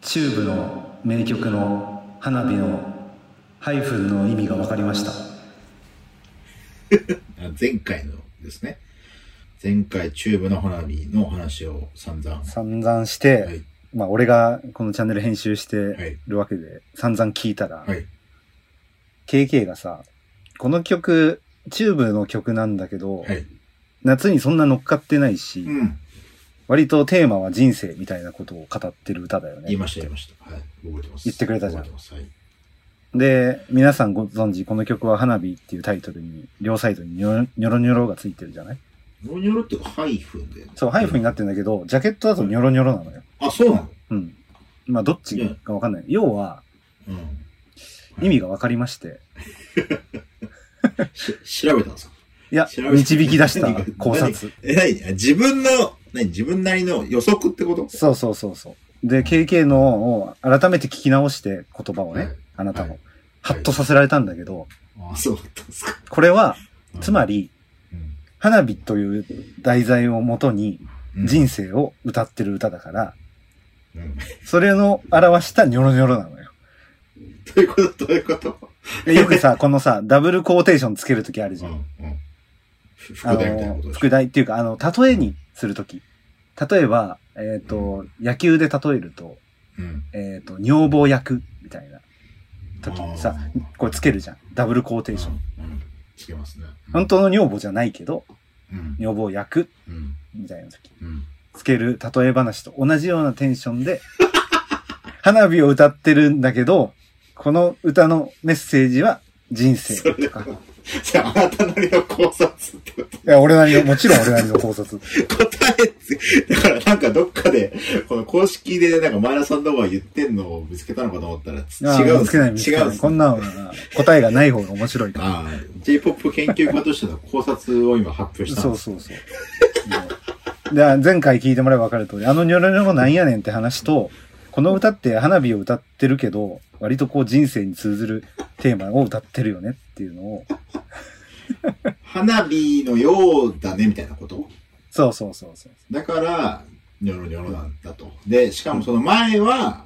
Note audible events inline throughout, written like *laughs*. チューブの名曲の花火のハイフンの意味が分かりました。あ前回のですね。前回、チューブの花火の話を散々。散々して、はい。まあ俺がこのチャンネル編集しているわけで、散々聞いたら、はい。 KK がさ、この曲、チューブの曲なんだけど、はい。夏にそんな乗っかってないし、うん。割とテーマは人生みたいなことを語ってる歌だよね。言いました、言いました。はい。覚えてます。言ってくれたじゃん覚えてます。はい。で、皆さんご存知、この曲は花火っていうタイトルに、両サイドにニョロニョロニョロがついてるじゃないニョロニョロっていうか、ハイフンで、そう、ハイフになってるんだけど、ジャケットだとニョロニョロなのよ。あ、そうなのうん。まあ、どっちかわかんない。要は、うん。意味がわかりまして、し調べたんですかいや、調べて導き出した考察。え、何自分の、何自分なりの予測ってことそうそうそうそう。で、KK のを改めて聞き直して言葉をね、はいあなたも、はいハッとさせられたんだけど、あ、そうだったんですか。これは、つまり、り、花火という題材をもとにうん人生を歌ってる歌だから、うんそれの表したニョロニョロなのよ。どういうことどういうことでよくさ、このさ、ダブルコーテーションつけるときあるじうゃんん。うん。ふあ副題みたいなこのと、でしょ副題っていうか、あの、例えにするとき。例えば、えっ、と、野球で例えると、うん。えっ、と、女房役みたいな時にさあー、これつけるじゃん。ダブルコーテーション。うんうんつけますね。本当の女房じゃないけど、うん。女房役うん。みたいな時。うん。つける例え話と同じようなテンション *laughs* で、花火を歌ってるんだけど、この歌のメッセージは人生とか。じゃあ、あなたなりの考察ってこいとや、俺なりの、もちろん俺なりの考察。答えつ、だからなんかどっかで、この公式でなんか前田さんとかが言ってんのを見つけたのかと思ったら、つああ違うん見でつけすない、見つけ違うんなでい。すこんなのが答えがない方が面白いかああ、J-POP 研究家としての考察を今発表しら。たんそでうす。そうそう。うんで前回聞いてもらえば分かる通り、あのニョロニョロなんやねんって話と、この歌って花火を歌ってるけど、割とこう人生に通ずるテーマを歌ってるよねっていうのを、花火のようだね、みたいなことそうそうそうそう。だから、ニョロニョロなんだと。で、しかもその前は、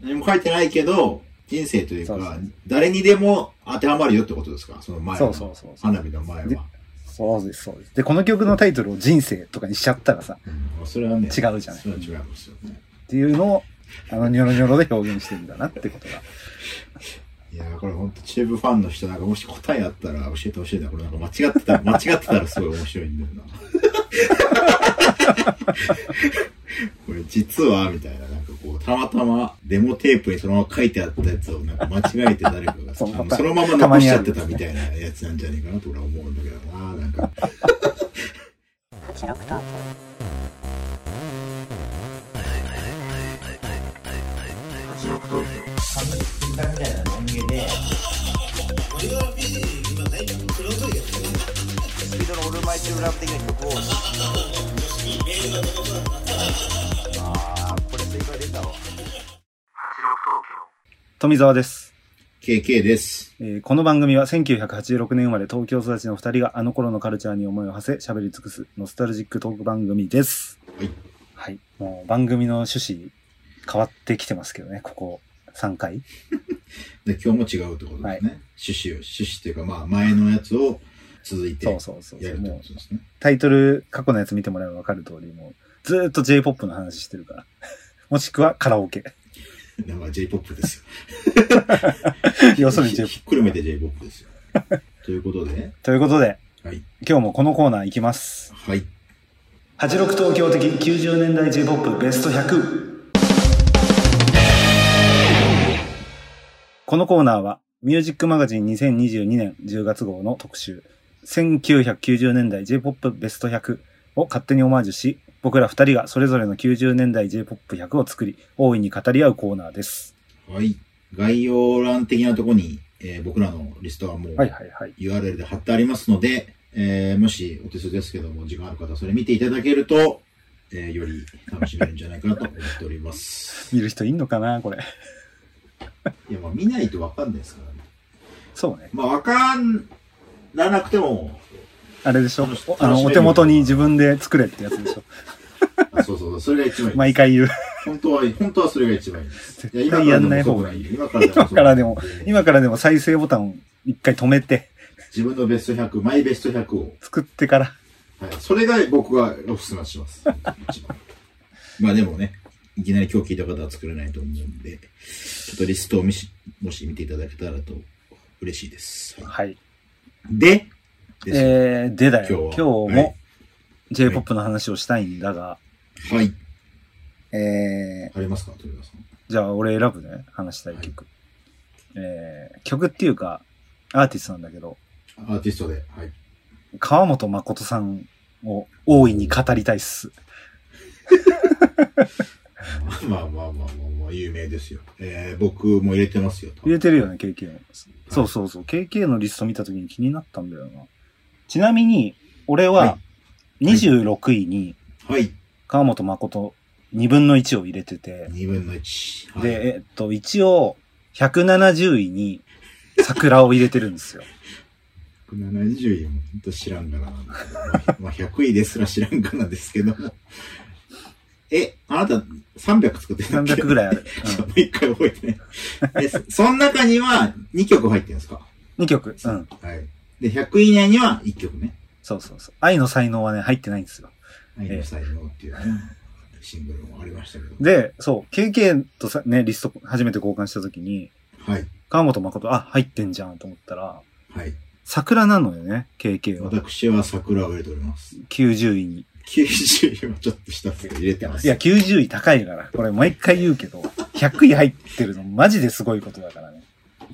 何も書いてないけど、人生というそうそかう、誰にでも当てはまるよってことですかその前そは。うそうそうそう花火の前では。そうです、そうです。で、この曲のタイトルを人生とかにしちゃったらさ、うんそれはね、違うじゃないそれは違うんですよね。っていうのを、あのニョロニョロで表現してるんだなってことが。いやーこれ本当チューブファンの人なんかもし答えあったら教えてほしいな。これなんか間違って *laughs* た、間違ってたらすごい面白いんだよな。これ実は、みたいな、なんかこう、たまたまデモテープにそのまま書いてあったやつをなんか間違えて誰か *laughs* がそそうのそのままたま残しにちあゃっるてたみたいなやつなんじゃねえかなと俺は思うんだけどな。なんか、スピードのオールマイティブラブ的な曲をああこれ正解出たわ富澤です。 KK です。えーこの番組は1986年生まれ東京育ちの二人があの頃のカルチャーに思いを馳せ喋り尽くすノスタルジックトーク番組です。はい。はい。もう番組の趣旨変わってきてますけどね、ここ3回。で、今日も違うってことですね。はい趣旨を、趣旨っていうか、まあ、前のやつを続いてやそうるそうそうってもこうとですね。タイトル、過去のやつ見てもらえばわかる通り、もうずーっと J-POP の話してるから。 *laughs* もしくはカラオケ。 *laughs* なんか J-POP ですよ。 *laughs* 要するにひ J-POP。ひっくるめて J-POP で *laughs* すよ。ということで、ということで、はい。今日もこのコーナー行きます。はい。 86東京的90年代 J-POP ベスト100このコーナーはミュージックマガジン2022年10月号の特集1990年代 J-POP ベスト100を勝手にオマージュし僕ら二人がそれぞれの90年代 J-POP100 を作り大いに語り合うコーナーです。はい。概要欄的なところに、えー僕らのリストはもうはいはいはい。 URL で貼ってありますので、えーもしお手数ですけども、時間ある方はそれ見ていただけると、えーより楽しめるんじゃないかなと思っております。 *laughs* 見る人いんのかなこれ。いや、まあ見ないとわかんないですからね。そうね。まあわからなくても、あれでしょ楽しあの、お手元に自分で作れってやつでしょあそうそうそう、それが *laughs* 一番いい。毎回言う。本当は、本当はそれが一番いいです。い絶対やんない方がいい。今からでも遅く今かないらでも、今今からでも再生ボタンを一回止めて、自分のベスト100、マイベスト100を。作ってから。はい。それが僕がおすすめします。一番まあでもね、いきなり今日聞いた方は作れないと思うんで、ちょっとリストを見し、もし見ていただけたらと嬉しいです。ははい。いで、ですよえー、でだよ。今今日日もも J-POP の話をしたいんだが、はい。えありますか鳥川さん。ー、じゃあ俺選ぶね。話したい曲。えー、曲っていうか、アーティストなんだけど、アーティストで。はい。川本誠さんを大いに語りたいっす。まあまあまあまあまあ、有名ですよ。えー、僕も入れてますよ。多分入れてるよね、KK の。そうそうそう。KK のリスト見たときに気になったんだよな。ちなみに、俺はは26位にはい。川本誠2分の1を入れてて、 2分の1。はい、で、えっと、一応、170位に桜を入れてるん *laughs* ですよ。 170位も本当知らんがななんだけど。まあ、まあ100位ですら知らんがなですけども。え、あなた300作ってたっけ300ぐらいある。ちょ *laughs* っと一回覚えてない。え、そその中には2曲入ってるんですかうん、2曲。うん。はい。で、100位以内には1曲ね。そうそうそう。愛の才能はね、入ってないんですよ。愛の才能っていうね、シングルもありましたけど。で、そう、KK とさ、ね、リスト初めて交換したときに、はい。川本誠、あ、入ってんじゃんと思ったら、はい。桜なのよね、KK は。私は桜を入れております。 90位に。 90位はちょっとしたんですけど入れてます。いや、90位高いから、これ毎回言うけど、100位入ってるのマジですごいことだからね。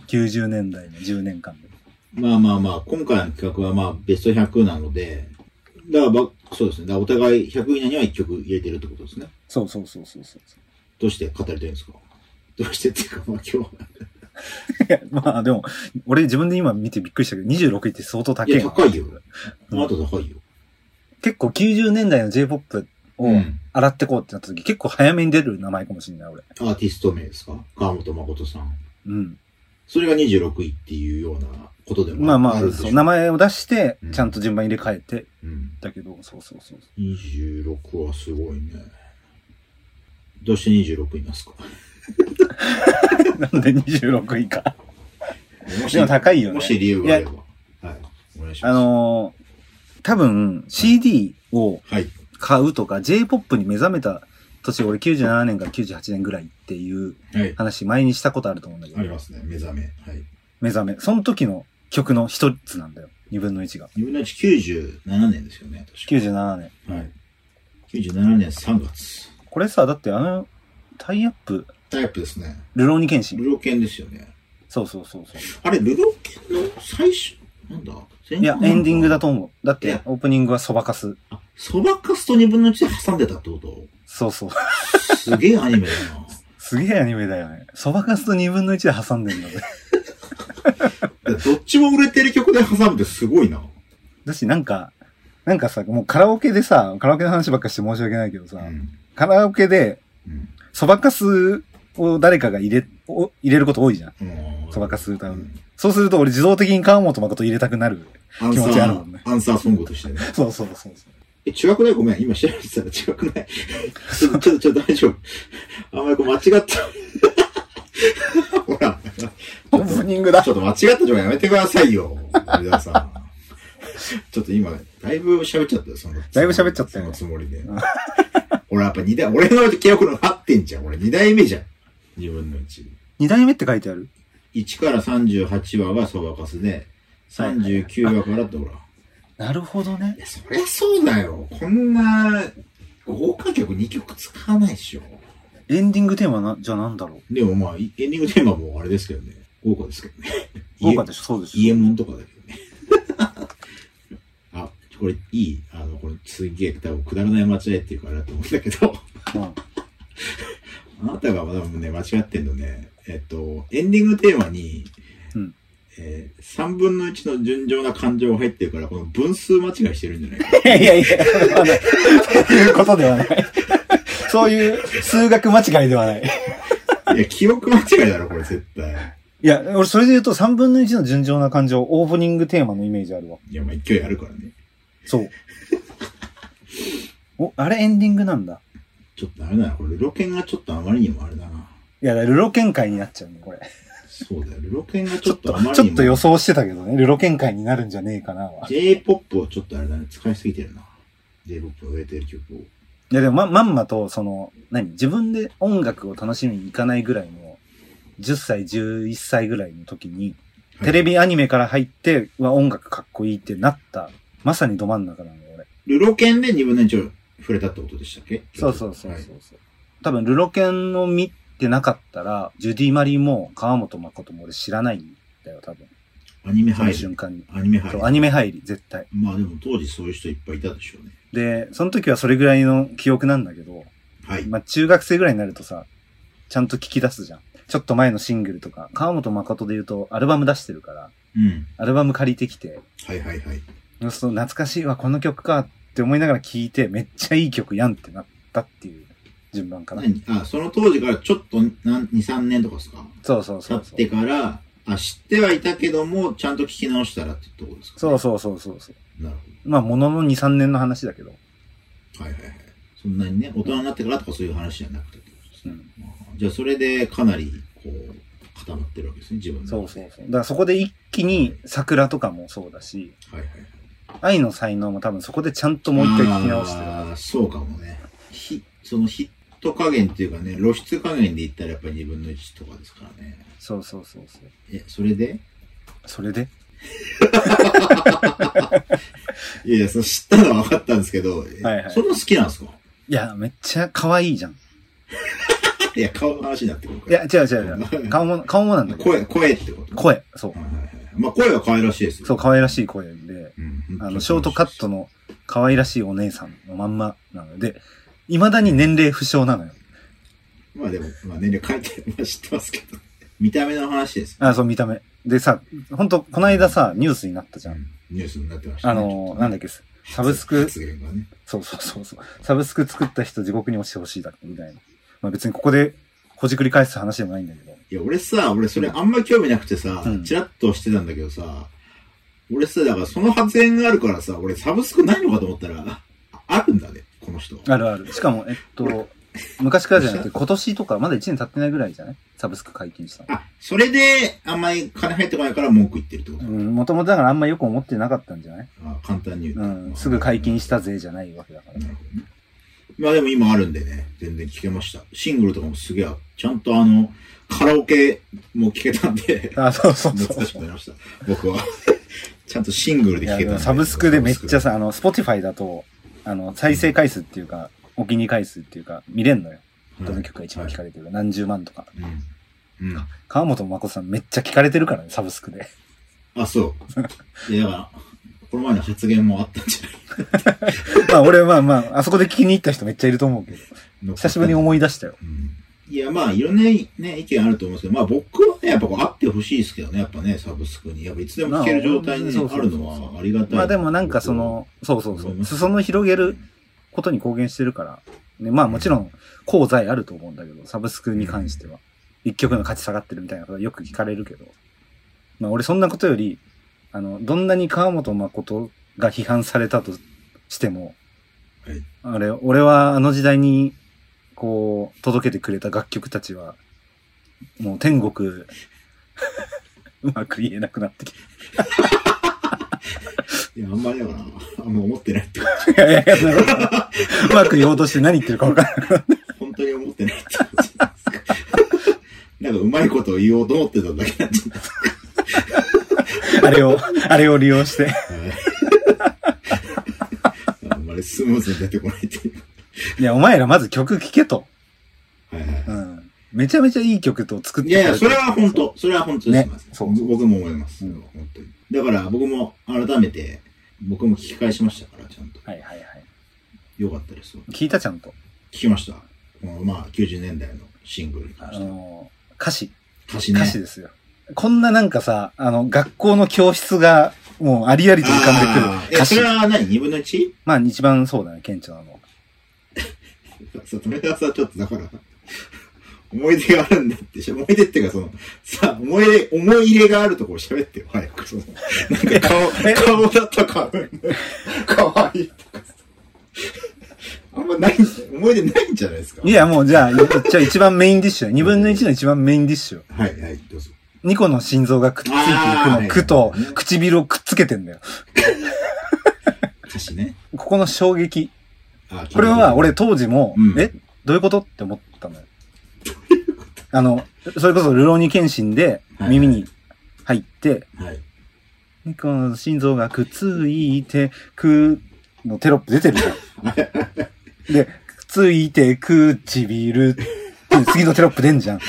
90年代の10年間で。まあまあまあ、今回の企画はまあベスト100なので、だからば、そうですね。だからお互い100位以内には1曲入れてるってことですね。そうそうそうそうそう。どうして語りたいんですかどうしてっていうか、まあ今日は。いやまあでも、俺自分で今見てびっくりしたけど、26位って相当高いいや高いよあなた高いよ。結構90年代の J-POP をうん洗ってこうってなった時、結構早めに出る名前かもしれない、俺。アーティスト名ですか川本誠さん。うん。それが26位っていうようなことでもまあまあ、るでしょそう名前を出してう、んちゃんと順番入れ替えて、うん。だけど、そうそうそう。 26はすごいね。どうして26いますかなんで26位か。もでも高いよねもし理由があれば。はい。お願いします。あ、のー多分 CD をはい。買うとか、J-POP に目覚めた年、俺97年から98年ぐらいっていうはい。話、前にしたことあると思うんだけあどり、ますね。目覚め。はい。目覚め。その時の曲の一つなんだよ。二分の一が。 2分の1、97年ですよね、確97年。か。はい。97年3月。これさ、だってあの、タイアップ、タイプですね。ルローニケンシン。ルロケンですよね。そうそうそうそう。あれ、ルロケンの最初、なんだいや、エンディングだと。と思う。だっいてや、オープニングはそばかす。あ、そばかすと2分の1で挟んでたってことそうそう。すげえアニメだな。すげえアニメだよね。そばかすと二分の一で挟んでんだぜ。だからどっちも売れてる曲で挟むってすごいな。 *laughs* だし、なんか、なんかさ、もうカラオケでさ、カラオケの話ばっかして申し訳ないけどさ、うん。カラオケで、うん。そばかすを誰かが入れ、お入れること多いじゃん。うんそばかす歌う。んそうすると俺自動的に川本誠入れたくなる。アン気サ持ちあるもんねー、アンサーソングとしてね。そうそうそうそう。え、中学だよごめん。今調べてたら中学ない。 *laughs* ちょっと、ちょっと、ちょっと大丈夫。あんまりこう間違った。 *laughs* ほら。オープニングだちょ。っと間違ったとかやめてくださいよ。上田さん。ちょっと今、だいぶ喋っちゃったよ、その。だいぶ喋っちゃったよそのつもりで。俺やっぱ二代、俺の記憶の合ってんじゃん。俺二代目じゃん。自分のうち。二代目って書いてある1から38話がそばかすで、39話からってほら。なるほどねい。や、そりゃそうだよ。こんな、豪華曲2曲使わないでしょ。エンディングテーマな、じゃあなんだろう。でもまあ、エンディングテーマもあれですけどね。豪華ですけどね。 *laughs* 豪華でしょそうでし家門とかだけどね。 *laughs* あ、これいいあの、これすげえ、多分くだらない間違いっていうからだと思うんだけど、 *laughs* ょ。うん。あなたが多分ね、間違ってんのね、えっと、エンディングテーマに、うんえー、3分の1の順調な感情が入ってるから、この分数間違いしてるんじゃないか。いやいやいや、そういうことではない。 *laughs* そういう数学間違いではない。いや、記憶間違いだろ、これ絶対。いや、俺それで言うと3分の1の順調な感情、オープニングテーマのイメージあるわ。いや、まあ勢いあるからね。そう。お、あれエンディングなんだ。ちょっとあれだな、これ、ルロケンがちょっとあまりにもあれだな。いや、だからルロケン会になっちゃうね、これ。そうだよ、ルロケンがちちょょっっととあまりちに、も。ょっと予想してたけどね、ルロケン会になるんじゃねえかな。 J-POP をちょっとあれだね、使いすぎてるな。J-POP を植えてる曲を。いや、でもま、まんまと、その、何自分で音楽を楽しみに行かないぐらいの、10歳、11歳ぐらいの時に、はいテレビアニメから入って、うわ、音楽かっこいいってなった、まさにど真ん中なの、俺。ルロケンで2分の1を触れたってことでしたっけそうそうそうそうはいそう、多分、ルロケンを見てなかったら、ジュディ・マリーも川本誠も俺知らないんだよ、多分。アニメその入る。瞬間に。アニメ入そうる。アニメ入り、絶対。まあでも当時そういう人いっぱいいたでしょうね。で、その時はそれぐらいの記憶なんだけど、はい。まあ、中学生ぐらいになるとさ、ちゃんと聞き出すじゃん。ちょっと前のシングルとか、川本誠で言うとアルバム出してるから、うん。アルバム借りてきて、はいはいはい。そうすると懐かしいわ、この曲かって思いながら聞いて、めっちゃいい曲やんってなったっていう順番かな。何あ、その当時からちょっと何、2、3年とかですかそうそうそ経っうそう。てから、あ、知ってはいたけども、ちゃんと聞き直したらってとこですか、ね、そうそうそうそうそう。なるほまあ、ものの2、3年の話だけど。ど。はいはいはい。そんなにね、大人になってからとかそういう話じゃなくてってことですうね。ん。あーじゃあそれでかなり、こう、固まってるわけですね、自分の。そうそうそう。だからそこで一気に桜とかもそうだし、はいはいはい。愛の才能も多分そこでちゃんともう一回聞き直してる。あーそうかもね。ひ、そのヒット加減っていうかね、露出加減で言ったらやっぱり2分の1とかですからね。そうそうそうそう。え、それでそれでいやいや、その知ったのは分かったんですけど、えはいはいそんな好きなんですかいや、めっちゃ可愛いじゃん。いや、顔の話になってくるかいら。や、違う違う *laughs* 違う。顔も、顔もなんだけど。声、声ってことは声。そうい。はいはい。まあ声は可愛らしいですよ。そう、可愛らしい声で、うん。あの、ショートカットの可愛らしいお姉さんのまんまなので、未だに年齢不詳なのよ。まあでも、まあ年齢書いて、まあ知ってますけど。見た目の話です。あ、そう、見た目。でさ、ほんと、この間さ、ニュースになったじゃ。うんんニュースになってましたあね。のー、なんだっっけ、サブスク、発言がね。そうそうそうそう。サブスク作った人地獄に落ちてほしいだっけみたいな。まあ別にここで、ほじくり返す話でもないんだけど。いや、俺さ、俺それあんま興味なくてさうん、チラッとしてたんだけどさ、俺さ、だからその発言があるからさ、俺サブスクないのかと思ったら、ああるんだね、この人。あるある。しかも、えっと、昔からじゃなくて、今年とか、まだ1年経ってないぐらいじゃないサブスク解禁したの。あ、それで、あんまり金入ってこないから文句言ってるってこと。もともとだからあんまよく思ってなかったんじゃないあ簡単に言ううと。ん。すぐ解禁ししたぜじゃないわけだから。なるほどね。まあでも今あるんでね、全然聞けました。シングルとかもすげえあ、ちゃんとあの、カラオケも聞けたんで、あ、そうそうそ懐うかしくなりました。*laughs* 僕は。ちゃんとシングルいでや聞けたんで。サブスクでめっちゃサさ、あの、Spotify だと、あの、再生回数っていうか、お気に入り回数っていうか、見れんのよ。ブスク、どの曲が一番聞かれてるか、何十万とか。うん。うん。川本誠さんめっちゃ聞かれてるからね、サブスクで。 *laughs* あ、そう。いや、だから、この前の発言もあったんじゃないまあ俺まあまあ、あそこで聞きに行った人めっちゃいると思うけど、の *laughs* 久しぶりに思い出したよ。うんいや、まあ、いろんなね、意見あると思うんですけど、まあ僕はね、やっぱこう、あってほしいですけどね、やっぱね、サブスクに。やっぱいつでも聞ける状態に、ね、まあそうあそうそうるのはありがたい。まあでもなんかそ、の、そうそうそ思いまう、す裾野広げることに貢献してるから、ね、まあもちろん、功罪あると思うんだけど、サブスクに関しては。一曲の価値下がってるみたいなことよく聞かれるけど。まあ俺そんなことより、あの、どんなに川本誠が批判されたとしても、はいあれ、俺はあの時代に、こう、届けてくれた楽曲たちは、もう天 *laughs* 国、うまく言えなくなってきて。いや、あんまりだから、あんま思ってな *laughs* いってこいやいやいやなんかうまく言おうとして何言ってるか分かんない。と、本当に思ってないってことじゃないですか。 *laughs* なんか、うまいことを言おうと思ってただけなんじゃないですあれを、あれを利用して。か。あんまりスムーズに出てこないっていう。いや、お前らまず曲聴けと。はいはい。うん。めちゃめちゃいい曲と作っていやいや、くそれれては本当、それは本当です。ねそそうう僕も思います。うん本当に。だから僕も改めて、僕も聞き返しましたから、ちゃんと。はいはいはい。よかったです。聞聞いたちゃんと。きました。このまあ、90年代のシングルにあ関しては。のー、歌詞、歌詞ね。歌詞ですよ。こんななんかさ、あの、学校の教室が、もうありありと浮かんであくーえる歌そ詞れ。は何 ?2 分の 1? まあ一番そうだね、顕著なのは。そう、それがさ、ちょっとだから、思い出があるんだってしょ、思い出っていうかその、さ、思い出、思い入れがあるところ喋ってよ、早く。その、なんか顔、顔だとか、可愛いとかさ。あんまない、思い出ないんじゃないですか。いや、もうじゃあ、じゃあ一番メインディッシュ。二分の一の一番メインディッシュ。はい、はい、どうぞ。二個の心臓がくっついていくあの、ーくと唇をくっつけてんだよ。歌詞ね。ここの衝撃。あこれは、俺当時も、うんえどういうことって思ったのよ。 *laughs* あの、それこそルローニケンシンではい耳に入って、はい。二個の心臓がくっついてくのテロップ出てるじゃん。 *laughs* で、くっついて唇って次のテロップ出んじ *laughs* ゃん。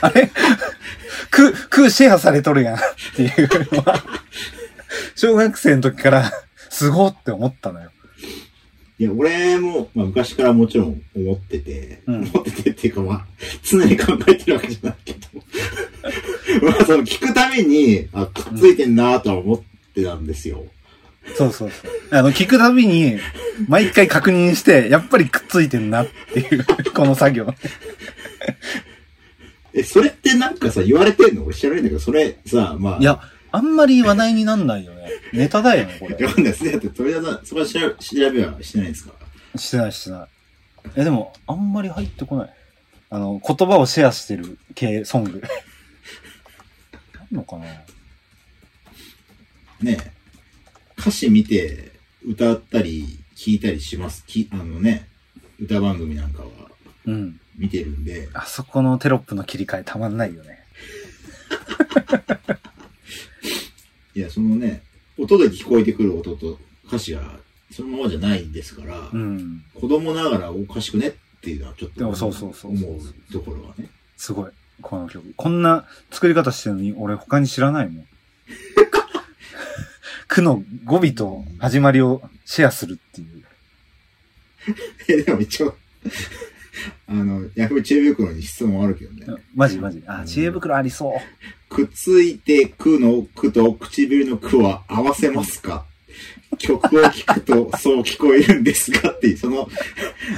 あれく、くシェアされとるやんっていうのは、小学生の時からすごって思ったのよ。いや、俺も、まあ、昔からもちろん思ってて、うん思っててっていうか、まあ、常に考えてるわけじゃないけど、 *laughs* まあ、その聞くために、あ、くっついてんなぁとは思ってたんですよ。そうそうそう。あの、聞くたびに、毎回確認して、やっぱりくっついてんなっていう、この作業。え、それってなんかさ、言われてんの俺知らないんだけど、それさ、まあ、いや、あんまり話題になんないよね。ネタだよね、これい。や、わかんないですね。だって、とりあえず、そこは調べ調べはしてないですから。してないしてない。え、でも、あんまり入ってこない。あの、言葉をシェアしてる系ソン *laughs* グ。なんのかなねえ歌詞見て歌ったり聞いたりします。きあのね、歌番組なんかはうん。見てるんで、あそこのテロップの切り替えたまんないよね。いや、そのね、音で聞こえてくる音と歌詞がそのままじゃないですから、うん。子供ながらおかしくねっていうのはちょっでともそうそうそう思うところはね。 *laughs* すごい。この曲。こんな作り方してるのに、俺他に知らないもん。 *laughs* 句の語尾と始まりをシェアするっていう。えでも一応、 *laughs* あの、ヤフー知恵袋に質問あるけどね。マジマジ。あ、知恵袋ありそう。くっついてくのくと唇のくは合わせますか *laughs* 曲を聴くとそう聞こえるんですかっていう、その、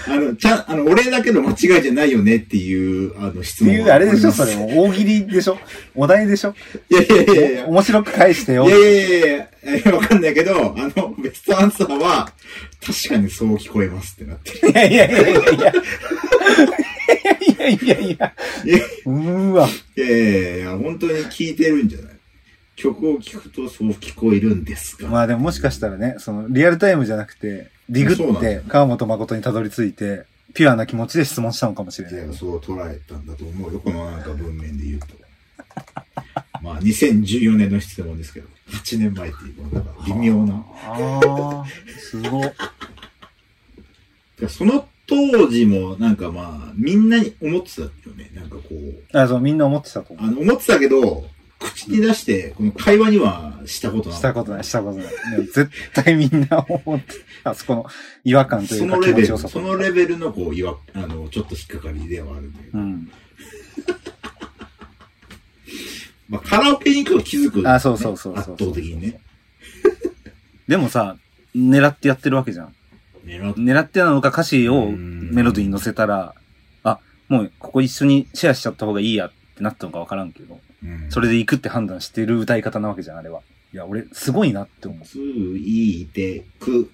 あの、ちゃん、あの、俺だけの間違いじゃないよねっていう、あの、質って問いう、あれでしょそれも。も。大喜利でしょお題でしょいやいやいやいや。面白く返してよい。やいやいやいや、わかんないけど、あの、ベストアンサーは、確かにそう聞こえますってなってる。いやいやいやいやいや。いやいやいやいいや。うーわ。いやいやいや、本当に聞いてるんじゃない曲を聴くとそう聞こえるんですかまあでももしかしたらね、そのリアルタイムじゃなくて、ディそうグなっんだてよ川本誠にたどり着いて、ピュアな気持ちで質問したのかもしれいない。やそう捉えたんだと思うよ、このなんか文面で言うと。まあ、2014年の質問ですけど、8年前っていう、なんか微妙な。ああ、すごい。てかその当時も、なんかまあ、みんなに思ってたよね。なんかこう、あ、そう、みんな思ってたと思あの、思ってたけど、口に出して、この会話にはしたことう。なしかたっことない、したことない。でも絶対みんな思ってた。あそこの違和感といそうかの気レ持ベちよル、さそと。のレベルのこう、いわ、あの、ちょっと引っかかりではあるんだけうど。ん。まあ、カラオケに行くと気づく、あそうそうそうそう圧倒的にね。でもさ、狙ってやってるわけじゃん。狙って狙ってなのか歌詞をメロディーに乗せたら、あ、もうここ一緒にシェアしちゃった方がいいやってなったのかわからんけど、うんそれで行くって判断してる歌い方なわけじゃん、あれは。いや、俺、すごいなって思う。ついてく、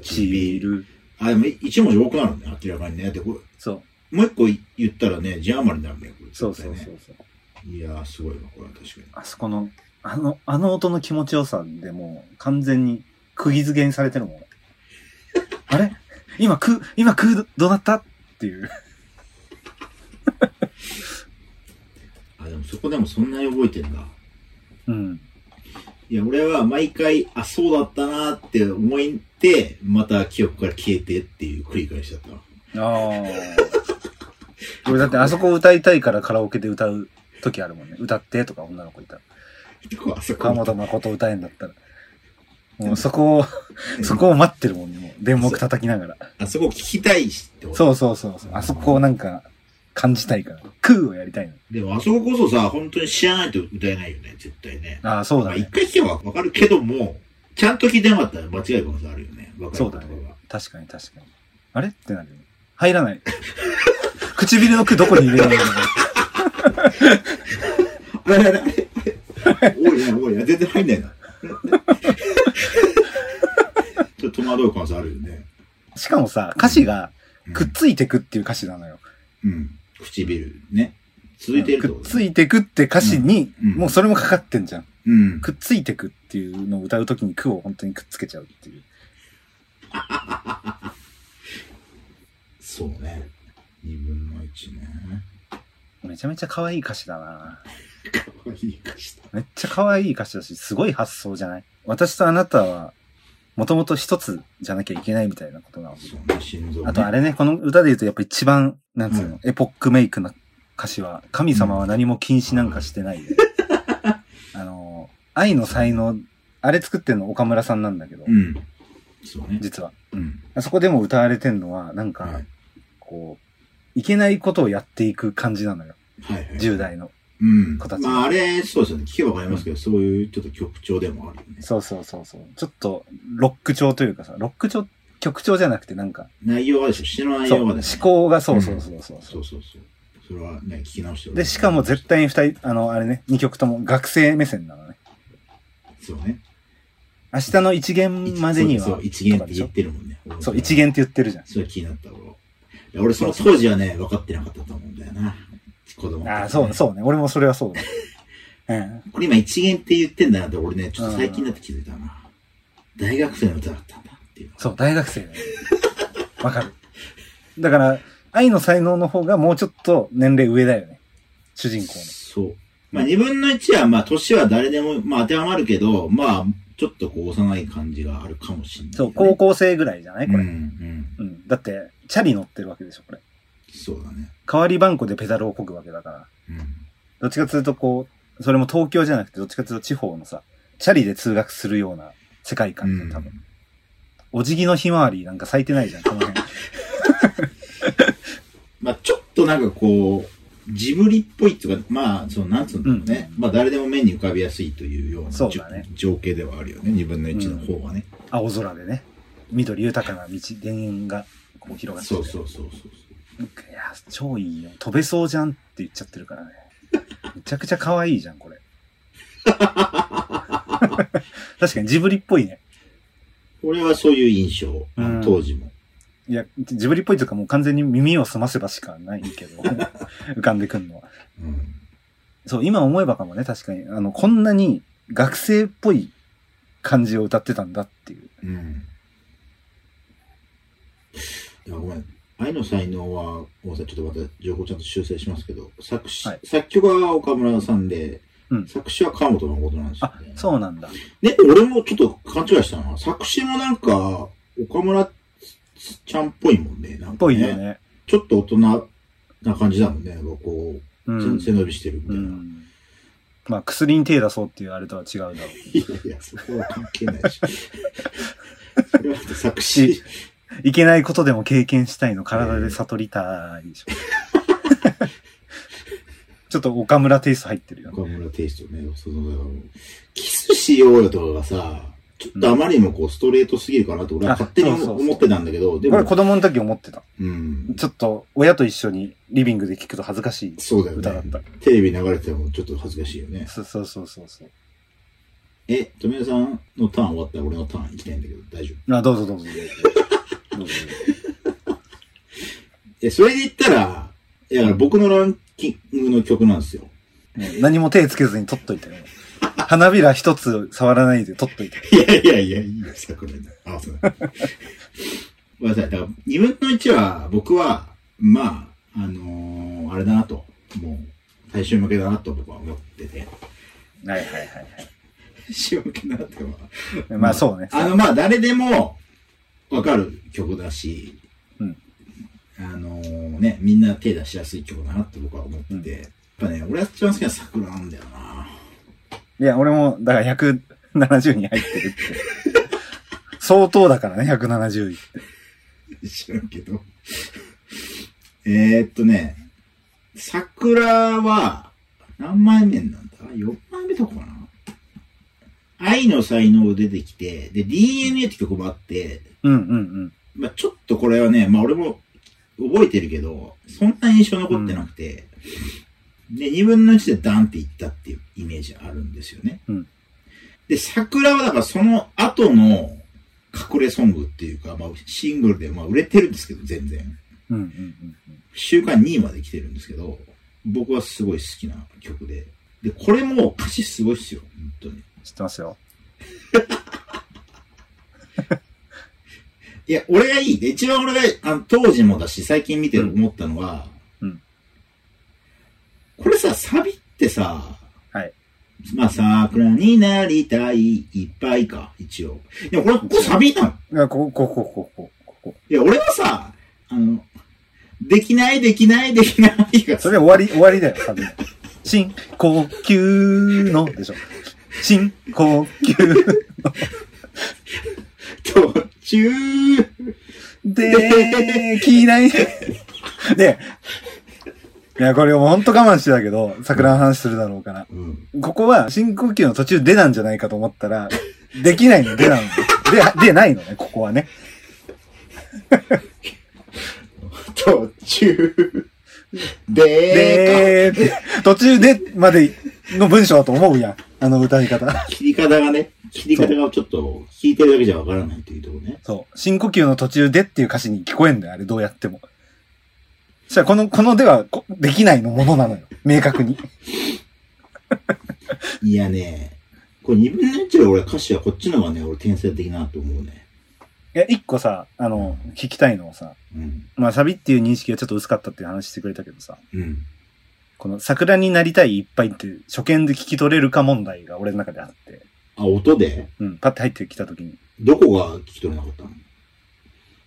唇。あ、でも一文字多くなるね、明らかにね。で、こそう、れ、もう一個言ったらね、字余りになるね、これ、そうそう絶そ対うそう。ね。いやー、すごいわ、これは確かに。あそこの、あの、あの音の気持ちよさでもう完全に釘付けにされてるもん。 *laughs* あれ今、く、今、く、どなったっていう。あ、でもそこでもそんなに覚えてんだ。うん。いや、俺は毎回、あ、そうだったなーって思いって、また記憶から消えてっていう繰り返しだったわ。あ *laughs* あ。俺だってあそこ歌いたいからカラオケで歌う時あるもんね。歌ってとか女の子いたら。こうあそこ川本誠歌えんだったら。もうそこを、そこを待ってるもんね。もう電目叩きながら。あそこ聞きたいしってこと。そうそうそうそう。あそこをなんか感じたいから。クーをやりたいの。でもあそここそさ、本当に知らないと歌えないよね、絶対ね。ああ、そうまだあね一。回聞けばわかるけども、ちゃんと聞いてなかったら間違い可能性あるよね。わかるそこうとだがね。確かに確かに。あれってなるよね。入らない。唇の句どこに入れられるのあれあれあれ *laughs* 多いな、多いな。全 *laughs* 然入んないな。ちょっと戸惑う感想あるよね。しかもさ、歌詞が、くっついてくっていう歌詞なのよ。うん。唇ね。続いてるってくこっとだついてくって歌詞に、うんうんもうそれもかかってんじゃん。うん。くっついてくっていうのを歌うときにくを本当にくっつけちゃうっていう。そうね。二分の一ね。めちゃめちゃ可愛い歌詞だなかわいい歌詞だ。めっちゃ可愛い歌詞だし、すごい発想じゃない私とあなたは、もともと一つじゃなきゃいけないみたいなことなの。そうね、心臓、ね。あとあれね、この歌で言うとやっぱ一番、なんつうの、エポックメイクな歌詞は、神様は何も禁止なんかしてないで。あの、愛の才能、あれ作ってんの岡村さんなんだけど、うん。そうね。実は。うん。あそこでも歌われてんのは、なんか、はい。こう、いけないことをやっていく感じなのよ。はい、はい。 10代の。うん。こたつまあ、あれ、そうですよね。聞けばわかりますけど、そういうちょっと曲調でもあるよね。そうそうそうそう。ちょっと、ロック調というかさ、ロック調、曲調じゃなくてなんか、内容はでしょ。詩の内そう容は思でしょ。考がそうそうそうそう。そうそうそう。それはね、聞き直してで、しかも絶。対に二人、あの、あれね、二曲とも学生目線なのね。そうね。明日の一元までには。そう、一元とかってでし言っょてるもんね。俺そう、一。元って言ってるじゃん。それ気になった俺はいや俺、その当時はね、分かってなかったと思うんだよな。子供の時ねああ、そう、そうね。俺もそれはそう *laughs* だ。うん。これ今一元って言ってんだなって、俺ね、ちょっと最近になって気づいたな。大学生の歌だったんだっていう。そう、大学生 *laughs* だよね。わかる。だから、愛の才能の方がもうちょっと年齢上だよね。主人公そう。まあ、二分の一は、まあ、年は誰でも、まあ、当てはまるけど、まあ、ちょっとこう、幼い感じがあるかもしれない、の。そう、高校生ぐらいじゃないこれ。うん、うん。うん。だって、チャリ乗ってるわけでしょ、これ。そうだね。代わりバンコでペダルを漕ぐわけだから。うん。どっちかというと、こう、それも東京じゃなくて、どっちかというと地方のさ、チャリで通学するような世界観で、多分。お辞儀のひまわりなんか咲いてないじゃん、この辺。まあ、ちょっとなんかこう、ジブリっぽいっていうか、まあ、その、なんつうんだろうね。まあ、誰でも目に浮かびやすいというようなそうだね情景ではあるよね。二分の一の方はね。青空でね、緑豊かな道、田園がこう広がっててそうそうそうそうそう。いや、超いいよ。飛べそうじゃんって言っちゃってるからね。めちゃくちゃ可愛いじゃん、これ。 *laughs* 確かにジブリっぽいね。俺はそういう印象。うん当時も。いや、ジブリっぽいというかもう完全に耳を澄ませばしかないけど、 *laughs* 浮かんでくんのは。うん。そう、今思えばかもね、確かに。あの、こんなに学生っぽい感じを歌ってたんだっていう。うん。いや、ごめん。愛の才能は、ごめんなさい、ちょっとまた情報ちゃんと修正しますけど、作詞、はい作曲は岡村さんで、うん作詞は川本誠なんですよあ、ね。そうなんだ。ね、俺もちょっと勘違いしたな。作詞もなんか、岡村ちゃんっぽいもんね。なんかっぽいよね。ちょっと大人な感じだもんね。なんかこうう、ん。背伸びしてるみたういな。ん。まあ、薬に手出そうっていうあれとは違うだろう。いやいや、そこは関係ないし。 *laughs* それは作詞。いけないことでも経験したいの、体で悟りたいで *laughs* しょ。ちょっと岡村テイスト入ってるよね。岡村テイストね、その、だからキスしようよとかがさ、ちょっとあまりにもこう、ストレートすぎるかなと俺はあ勝手にそうそうそう思ってたんだけど、でこれも、子供の時思ってた。うん、ちょっと親と一緒にリビングで聞くと恥ずかしいそうだよ歌だっね。た。テレビ流れててもちょっと恥ずかしいよね。そうそうそうそうそう。え、富江さんのターン終わったら俺のターン行きたいんだけど、大丈夫。あ、どうぞどうぞ。どうぞどうぞえ、それで言ったら、いや、僕のランキングの曲なんですよ。もう何も手つけずに取っといてね。花びら一つ触らないで取っといて。いやいやいや、いいよ、桜に。あ、そうだ。ごめんなさい。だから、2分の1は、僕は、まあ、あのーあれだなと。もう、大衆向けだなと僕は思ってて。はいはいはいはい。大衆向けだなっては。まあそうね。あの、まあ、誰でも、わかる曲だし、うんあのーね、みんな手出しやすい曲だなって僕は思ってて。やっぱね、俺は一番好きな桜なんだよな。いや、俺も、だから170に入ってるって。相当だからね、170位。知らんけど。えーっとね、桜は、何枚目なんだ ?4 枚目とかかな愛の才能出てきて、で、DNA って曲もあって、うんうんうん。まあちょっとこれはね、まあ俺も覚えてるけど、そんな印象残ってなくて、で、2分の1でダンっていったっていうイメージあるんですよね。うんで、桜はだからその後の隠れソングっていうか、まあ、シングルで、まあ、売れてるんですけど、全然。うんうんうんうん。週間2位まで来てるんですけど、僕はすごい好きな曲で。で、これも歌詞すごいっすよ、本当に。知ってますよ。いや、俺がいい。で、一番俺があの、当時もだし、最近見て思ったのは、うんこれさ、サビってさ、はいまあ、桜になりたい、いっぱいか、一応。いや、これ、ここサビなのいやここ、ここ、ここ、ここ。いや、俺はさ、あの、できない、できない、できないがそれで終わり、終わりだよ、サビ。深呼吸の、でしょ。深呼吸途中、できない。で、いや、これもほんと我慢してたけど、桜の話するだろうから。うん、ここは深呼吸の途中でなんじゃないかと思ったら、できないの、でなの。で、でないのね、ここはね。途中、でーか。で途中でまでの文章だと思うやん。あの歌い方。切り方がね、切り方がちょっと、聞いてるだけじゃわからないというところね。そう。深呼吸の途中でっていう歌詞に聞こえんだよ、あれどうやっても。そしたらこの、このではこできないのものなのよ。明確に。いやね、これ二分の一より俺歌詞はこっちの方がね、俺天才的なと思うね。いや、一個さ、あの、聞きたいのはさ、うん。まあサビっていう認識がちょっと薄かったっていう話してくれたけどさ、うん。この桜になりたいいっぱいって初見で聞き取れるか問題が俺の中であって。あ、音でうん、パッて入ってきたときに、どこが聞き取れなかったの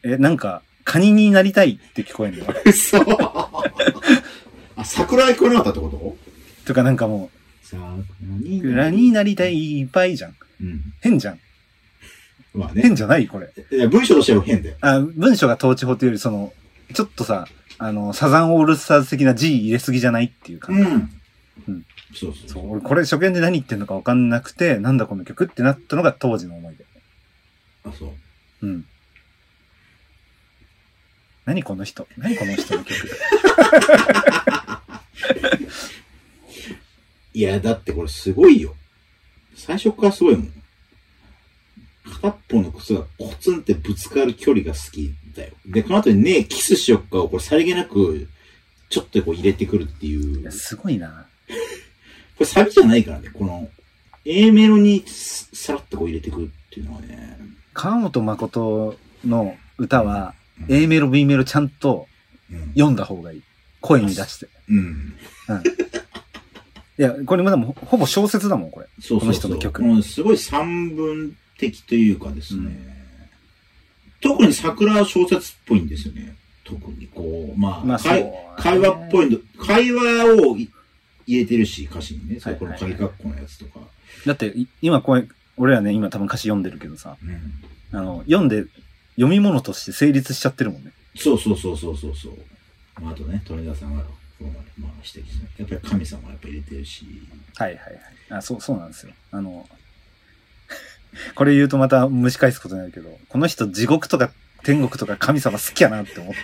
え、なんか、カニになりたいって聞こえんの *laughs* よ。嘘 *laughs* あ、桜が聞こえなかったってこととかなんかも桜にう、ラになりたいいっぱいじゃん。うん。変じゃん。まあね。変じゃないこれ。いや文章としても変だよ。あ、文章が統治法というより、その、ちょっとさ、あの、サザンオールスターズ的な G 入れすぎじゃないっていうか。うん。うんそうそうそう、俺これ初見で何言ってんのかわかんなくて、なんだこの曲ってなったのが当時の思い出。あ、そう。うん。何この人何この人の曲いや、だってこれすごいよ。最初からすごいもん。片っぽの靴がコツンってぶつかる距離が好きだよ。で、この後にね、キスしよっかをこれさりげなく、ちょっとこう入れてくるってい。いうやこすごいな。れサビじゃないからね、この、A メロにささらっとこう入れてくるっていうのはね。川本誠の歌は、A メロ、B メロちゃんとうん。読んだ方がいい。声に出して。うん。いや、これもでもほぼ小説だもん、これ。そうそうそう。この人の曲うんすごい三文的というかですね。特に桜は小説っぽいんですよね。特にこう、まあ、まあ、そうかいね、会話っぽいの、会話をい入れてるし、歌詞にね、そはいはいはいれこの仮括弧のやつとか。だって、い今これ、俺らね、今多分歌詞読んでるけどさ、うんあの、読んで、読み物として成立しちゃってるもんね。そうそうそうそうそうそう。まあ、あとね、鳥田さんが、この前、まあ、指摘して、やっぱり神様はやっぱ入れてるし、はいはいはい。あ、そう、そうなんですよ。あの、 *laughs* これ言うとまた蒸し返すことになるけど、この人地獄とか天国とか神様好きやなって思って。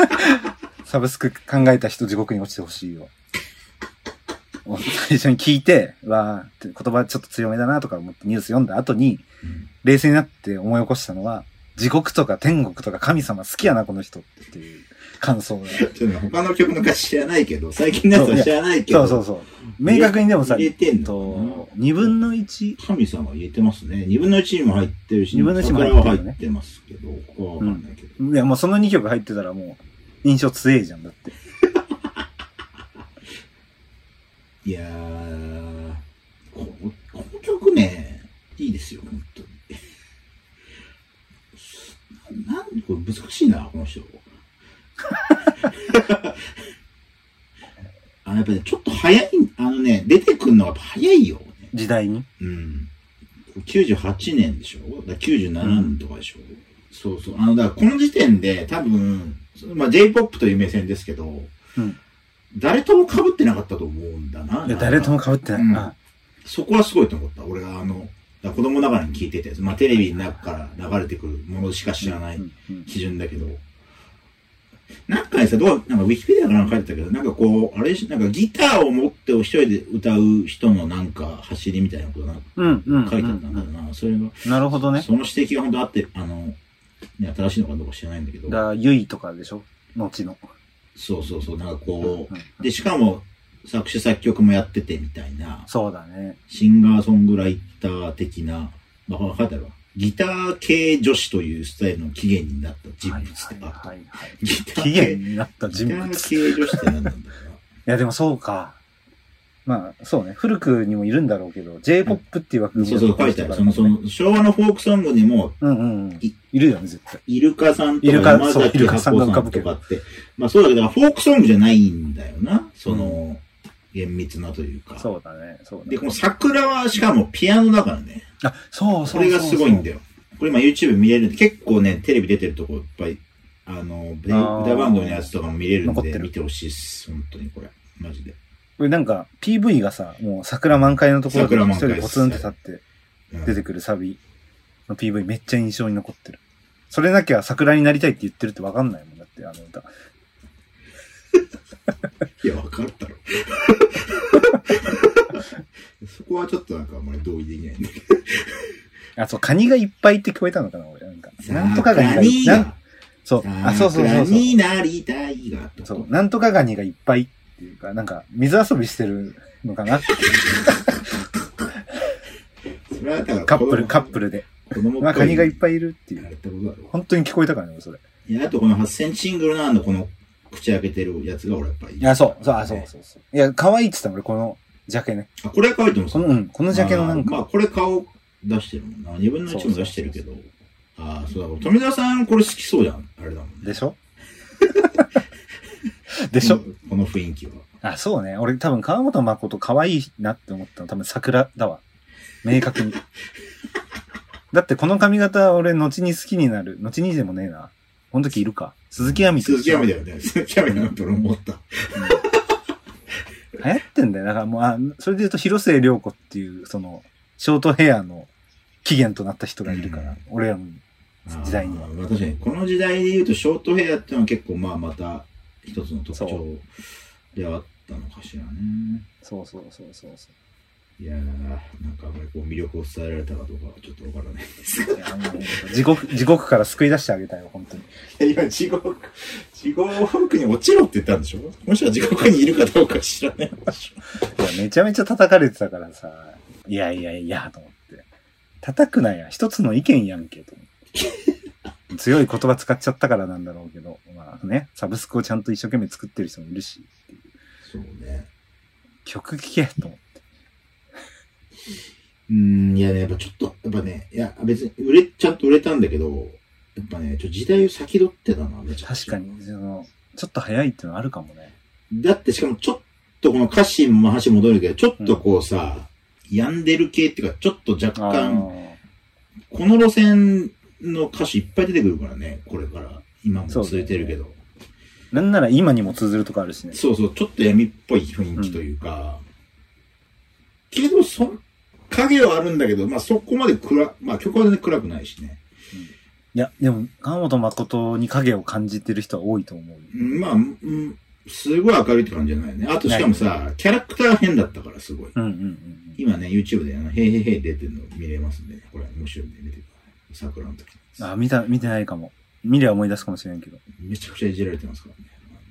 *laughs* サブスク考えた人地獄に落ちてほしいよ。もう最初に聞いて、わーって言葉ちょっと強めだなとか思ってニュース読んだ後に、うん冷静になって思い起こしたのは、地獄とか天国とか神様好きやな、この人っていう感想が。ちょっとね他の曲の歌詞知らないけど、最近のやつは知らないけそど、うそうそう。明確にでもさ、入れてえんっのとか、二分の一な。神様は入れてますね。二分の一にも入ってるし、二分の一も入桜ってるよはね入ってますけど、ここはわかんないけど。いや、もうその2曲入ってたらもう、印象強えじゃん、だって。いやー、この、この曲ね、いいですよ、本当に。 *laughs* ななんこれ難しいな、この人。 *laughs* あ、やっぱね、ちょっと早い、あのね、出てくるのがやっぱ早いよ、ね。時代に。うん。98年でしょだから ?97 年とかでしょ、そうそう。あの、だからこの時点で多分、そのまあ J-POP という目線ですけど、うん誰とも被ってなかったと思うんだな。いや、誰ともなんか被ってない。うんあそこはすごいと思った。俺があの、だから子供ながらに聞いてて、まあテレビの中から流れてくるものしか知らないうんうん基準だけど、なんかさ、どう、なんかウィキペディアかなんか書いてたけど、なんかこう、あれし、なんかギターを持ってお一人で歌う人のなんか走りみたいなことなんかうん、うん。書いてあったんだろうな。それが、なるほどね。その指摘が本当あって、あの、ね、正しいのかどうか知らないんだけどだ、から、ゆいとかでしょ後の。そうそうそう、なんかうんこう、で、しかも、作詞作曲もやっててみたいな、そうだね。シンガーソングライター的な、まあ、書いてあるわ。ギター系女子というスタイルの起源になった人物ってあったはいはいはいギター起系源になったギ人タ物。ーい系女子って何なんだろうな。や、でもそうか。まあ、そうね。古くにもいるんだろうけど、J-POP っていう枠 *laughs* そうそう、書いてある。その、その。の、昭和のフォークソングにも、うんうんうん。いいるよね、絶対。イルカさんとイかルカ山そうイ崎ルカ八さんが甲浮さかぶんけとどかって、まあそうだけど、フォークソングじゃないんだよな。その、厳密なというか。そうだね。そうだねで、この桜はしかもピアノだからね。あ、そうそうそう。これがすごいんだよ。よ。これ今 YouTube 見れるんで、結構ね、テレビ出てるとこいっぱい、あの、であー歌番組のやつとかも見れるん残ってで、る見てほしいっす。本当にこれ。マジで。これなんか、PV がさ、もう桜満開のところで桜一満人開でポツンって立ってうん出てくるサビの PV めっちゃ印象に残ってる。それなきゃ桜になりたいって言ってるってわかんないもんだって、あの歌。いや、わかっ *laughs* たろ。そこはちょっとなんかあんまり同意できないね。あ、そう、カニがいっぱいって聞こえたのかな、俺。なんか。なんとかガカニニが。なんが。そう。あ、そうそうそうカそう。ニになりたいがと。そう。なんとかガニがいっぱいっていうか、なんか、水遊びしてるのかな *laughs* っていうそれはだからカップル、カップルで。ル。子供まあ、カニがいっいぱいいるっていやう。ったことだろ。本当に聞こえたからね、俺それ。いや、あとこの8センチシングルのあの、この、口開けてるやつが俺やっぱいい。いや、そう、そう、あ、そう、そう、そう。いや、可愛いって言ったの、俺、この、ジャケね。あ、これは可愛いと思う。この、うん、このジャケのなんまあ、まか、あこれ顔出してるもんな。2分の1も出してるけど。ああ、そうだから。富田さん、これ好きそうじゃん。あれだもんね。でしょ *laughs* でしょこのこの雰囲気は。あ、そうね。俺多分川本誠可愛いなって思ったの多分桜だわ。明確 *laughs* に。だってこの髪型俺後に好きになる。後にでもねえな。この時いるか。鈴木亜美と鈴一木緒亜美だよね。鈴木亜美なんと俺思った。流行ってんだよ。だからもう、あ、それで言うと広末涼子っていう、その、ショートヘアの起源となった人がいるから、うん俺らも。時代にあーまあ確かに、この時代で言うと、ショートヘアっていうのは結構、まあ、また一つの特そ徴ではあったのかしらね。そうそうそうそうそいやー、なんかあんまりこう魅力を伝えられたかどうかはちょっとわからないですう。いや、もう、地獄、地獄から救い出してあげたよ、本当に。いや、今、地獄、地獄に落ちろって言ったんでしょもしは地獄にいるかどうか知らないでしょ。いや、めちゃめちゃ叩かれてたからさ、いやいやいや、と思って。叩くなや、一つの意見やんけ、と思って。強い言葉使っちゃったからなんだろうけど、まあね、サブスクをちゃんと一生懸命作ってる人もいるし、そうね。曲聴け、と思って。うーん、いやね、やっぱちょっと、やっぱね、いや、別に売れ、ちゃんと売れたんだけど、やっぱね、ちょっと時代を先取ってたな、めちゃく確ちゃか。に、その、ちょっと早いっていうのはあるかもね。だってしかもちょっとこの歌詞も話戻るけど、ちょっとこうさ、病んでる系っていうか、ちょっと若あ干、この路線の歌詞いっぱい出てくるからね、これから。今も続いてるけど。ーなんなら今にも通ずるとかあるしね。そうそう、ちょっと闇っぽい雰囲気というか、けど、そん、影はあるんだけど、まあそこまで暗、まあ曲は全然暗くないしね。いや、でも、川本誠に影を感じてる人は多いと思う。うんまあ、うん、すごい明るいって感じじゃないね。あとしかもさ、キャラクター変だったからすごい。うんうんうん今ね、YouTube で、あの、へいへいへい出てるの見れますんで、これ面白いんで見てください。桜の時うん。あ、見た、見てないかも。見りゃ思い出すかもしれんけど。めちゃくちゃいじられてますからね。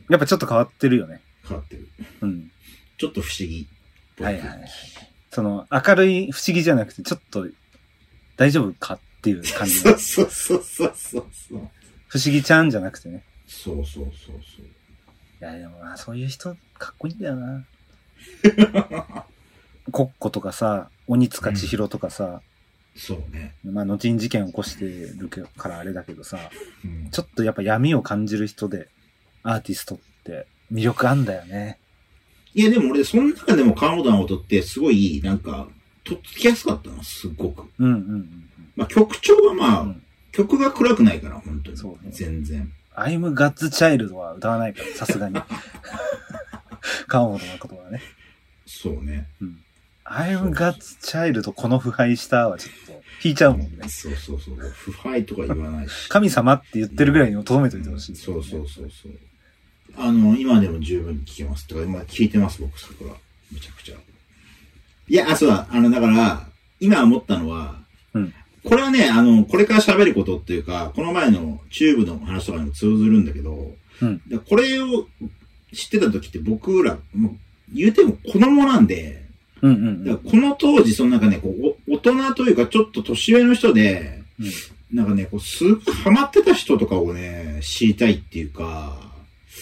やっぱちょっと変わってるよね。変わってる。うん。ちょっと不思議っぽい。はいはいはい。その、明るい不思議じゃなくて、ちょっと、大丈夫かっていう感じそのう。そうそうそうそうそう。不思議ちゃんじゃなくてね。そうそうそうそう。いや、でもまあ、そういう人、かっこいいんだよ *laughs* な。コッコとかさ、鬼塚千尋とかさ、そうね。まあ、後に事件起こしてるけからあれだけどさ、うん。ちょっとやっぱ闇を感じる人で、アーティストって魅力あんだよね。いや、でも俺、その中でも川本の音って、すごい、なんか、とっつきやすかったな、すごく。うんうんうんまあ、曲調はまあ、うん曲が暗くないから、本当に。そうね全然。アイムガッツチャイルドは歌わないから、さすが *laughs* に。川本誠はね。そうね。アイムガッツチャイルドこの腐敗したはちょっと引いちゃうもんね。そうそうそう。腐敗とか言わない *laughs* し。神様って言ってるぐらいにとどめといてほしい、そうそうそうそう。あの、今でも十分聞けます。とか、今聞いてます、僕、それから。めちゃくちゃ。いや、あ、そうだ。あの、だから、今思ったのは、うんこれはね、あの、これから喋ることっていうか、この前のチューブの話とかにも通ずるんだけど、うんだからこれを知ってた時って僕ら、もう言うても子供なんで、うんうんうだん。からこの当時、そのなんかね、こうお大人というか、ちょっと年上の人で、うんなんかね、こう、すごくハマってた人とかをね、知りたいっていうか、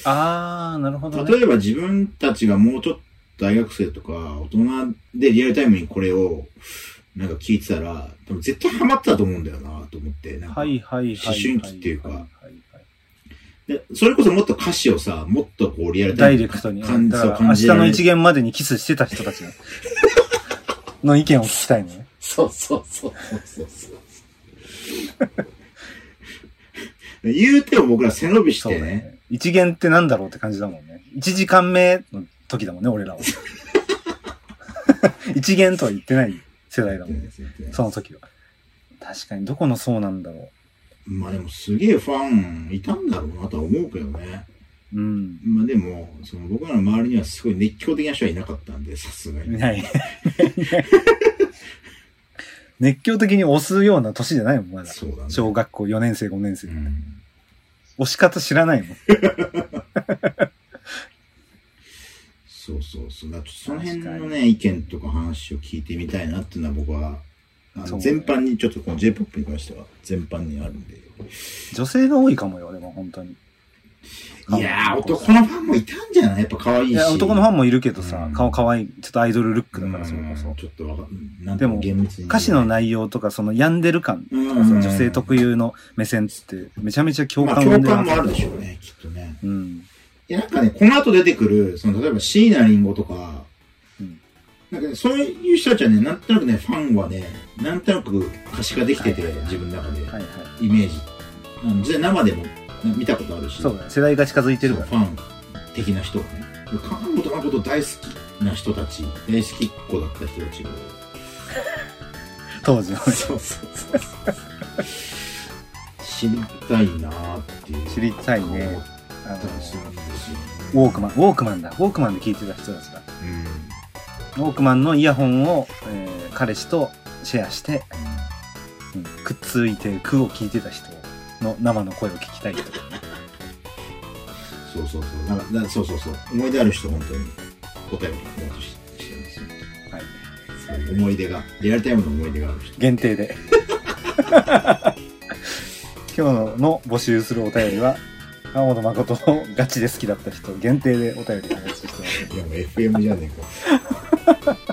あー、なるほどね。例えば自分たちがもうちょっと大学生とか、大人でリアルタイムにこれを、なんか聞いてたら、多分絶対ハマってたと思うんだよなと思って、なんかはいはいはいはい。思春期っていうかはははでそれこそもっと歌詞をさ、もっとこうリアルいダタイイムレにクトに。感だ想をから明感日じられのる一元までにキスしてた人たちのの意見を聞きたいのね。そうそうそうそうそうそう。言うても僕ら背伸 *laughs* びしそうてだね、ね。一元ってなんだろうって感じだもんね。一時間目の時だもんね、俺 *laughs* らは。一元とは言ってない世代だもんね。その時は。確かに、どこのそうなんだろまあでもすげえファンいたんだろうなとは思うけどね。う。うん。まあでも、その僕らの周りにはすごい熱狂的な人はいなかったんで、さすがに。ない。熱狂的に押すような年じゃないもん、まだ。そうだね。小学校4年生、5年生。うん押し方知らないもん。そうそうそう。だからその辺のね、意見とか話を聞いてみたいなっていうのは僕は、あのそうね全般にちょっとこの J-POP に関しては全般にあるんで。女性が多いかもよ、でも本当に。いやー、男のファンもいたんじゃないやっぱ可愛いいし。や男のファンもいるけどさ、うん顔可愛い、ちょっとアイドルルックだだかかららそれこそ。ちょっとわかんなんでも厳密に歌詞の内容とか、その病んでる感とかさ、うん女性特有の目線っつって、めちゃめちゃ共まあ感を生ん共で感ますもあるでしょうね、きっとね。うん。いや、なんかね、この後出てくる、その、例えば椎名林檎とか、うんなんかね、そういう人たちはね、なんとなくね、ファンはね、なんとなく可視化できてて、はいはいはい自分の中で、はいはい。イメージ。あの実際生でもね見たことあるし、そうだね。世代が近づいてるそかうら。ファン的な人がね、韓国とかのこと大好きな人たち、大好きっ子だった人たちが、当時の。そうそうそうそう。知りたいなーっていう。知りたいね思っあのたりするんですよウォークマン、ウォークマンだ。ウォークマンで聴いてた人たちだ。うんウォークマンのイヤホンを、えー彼氏とシェアして、うんくっついて句を聴いてた人の生の声を聞きたいとか。そうそうそう。なんか、なそうそうそう。思い出ある人、本当に、お便りお待ちしてますよ。はい。そう思い出が、リアルタイムの思い出がある人。限定で。 *laughs* 今日の募集するお便りは、川本誠のガチで好きだった人限定でお便りお待ちしてます。いや、もう FM じゃねえか。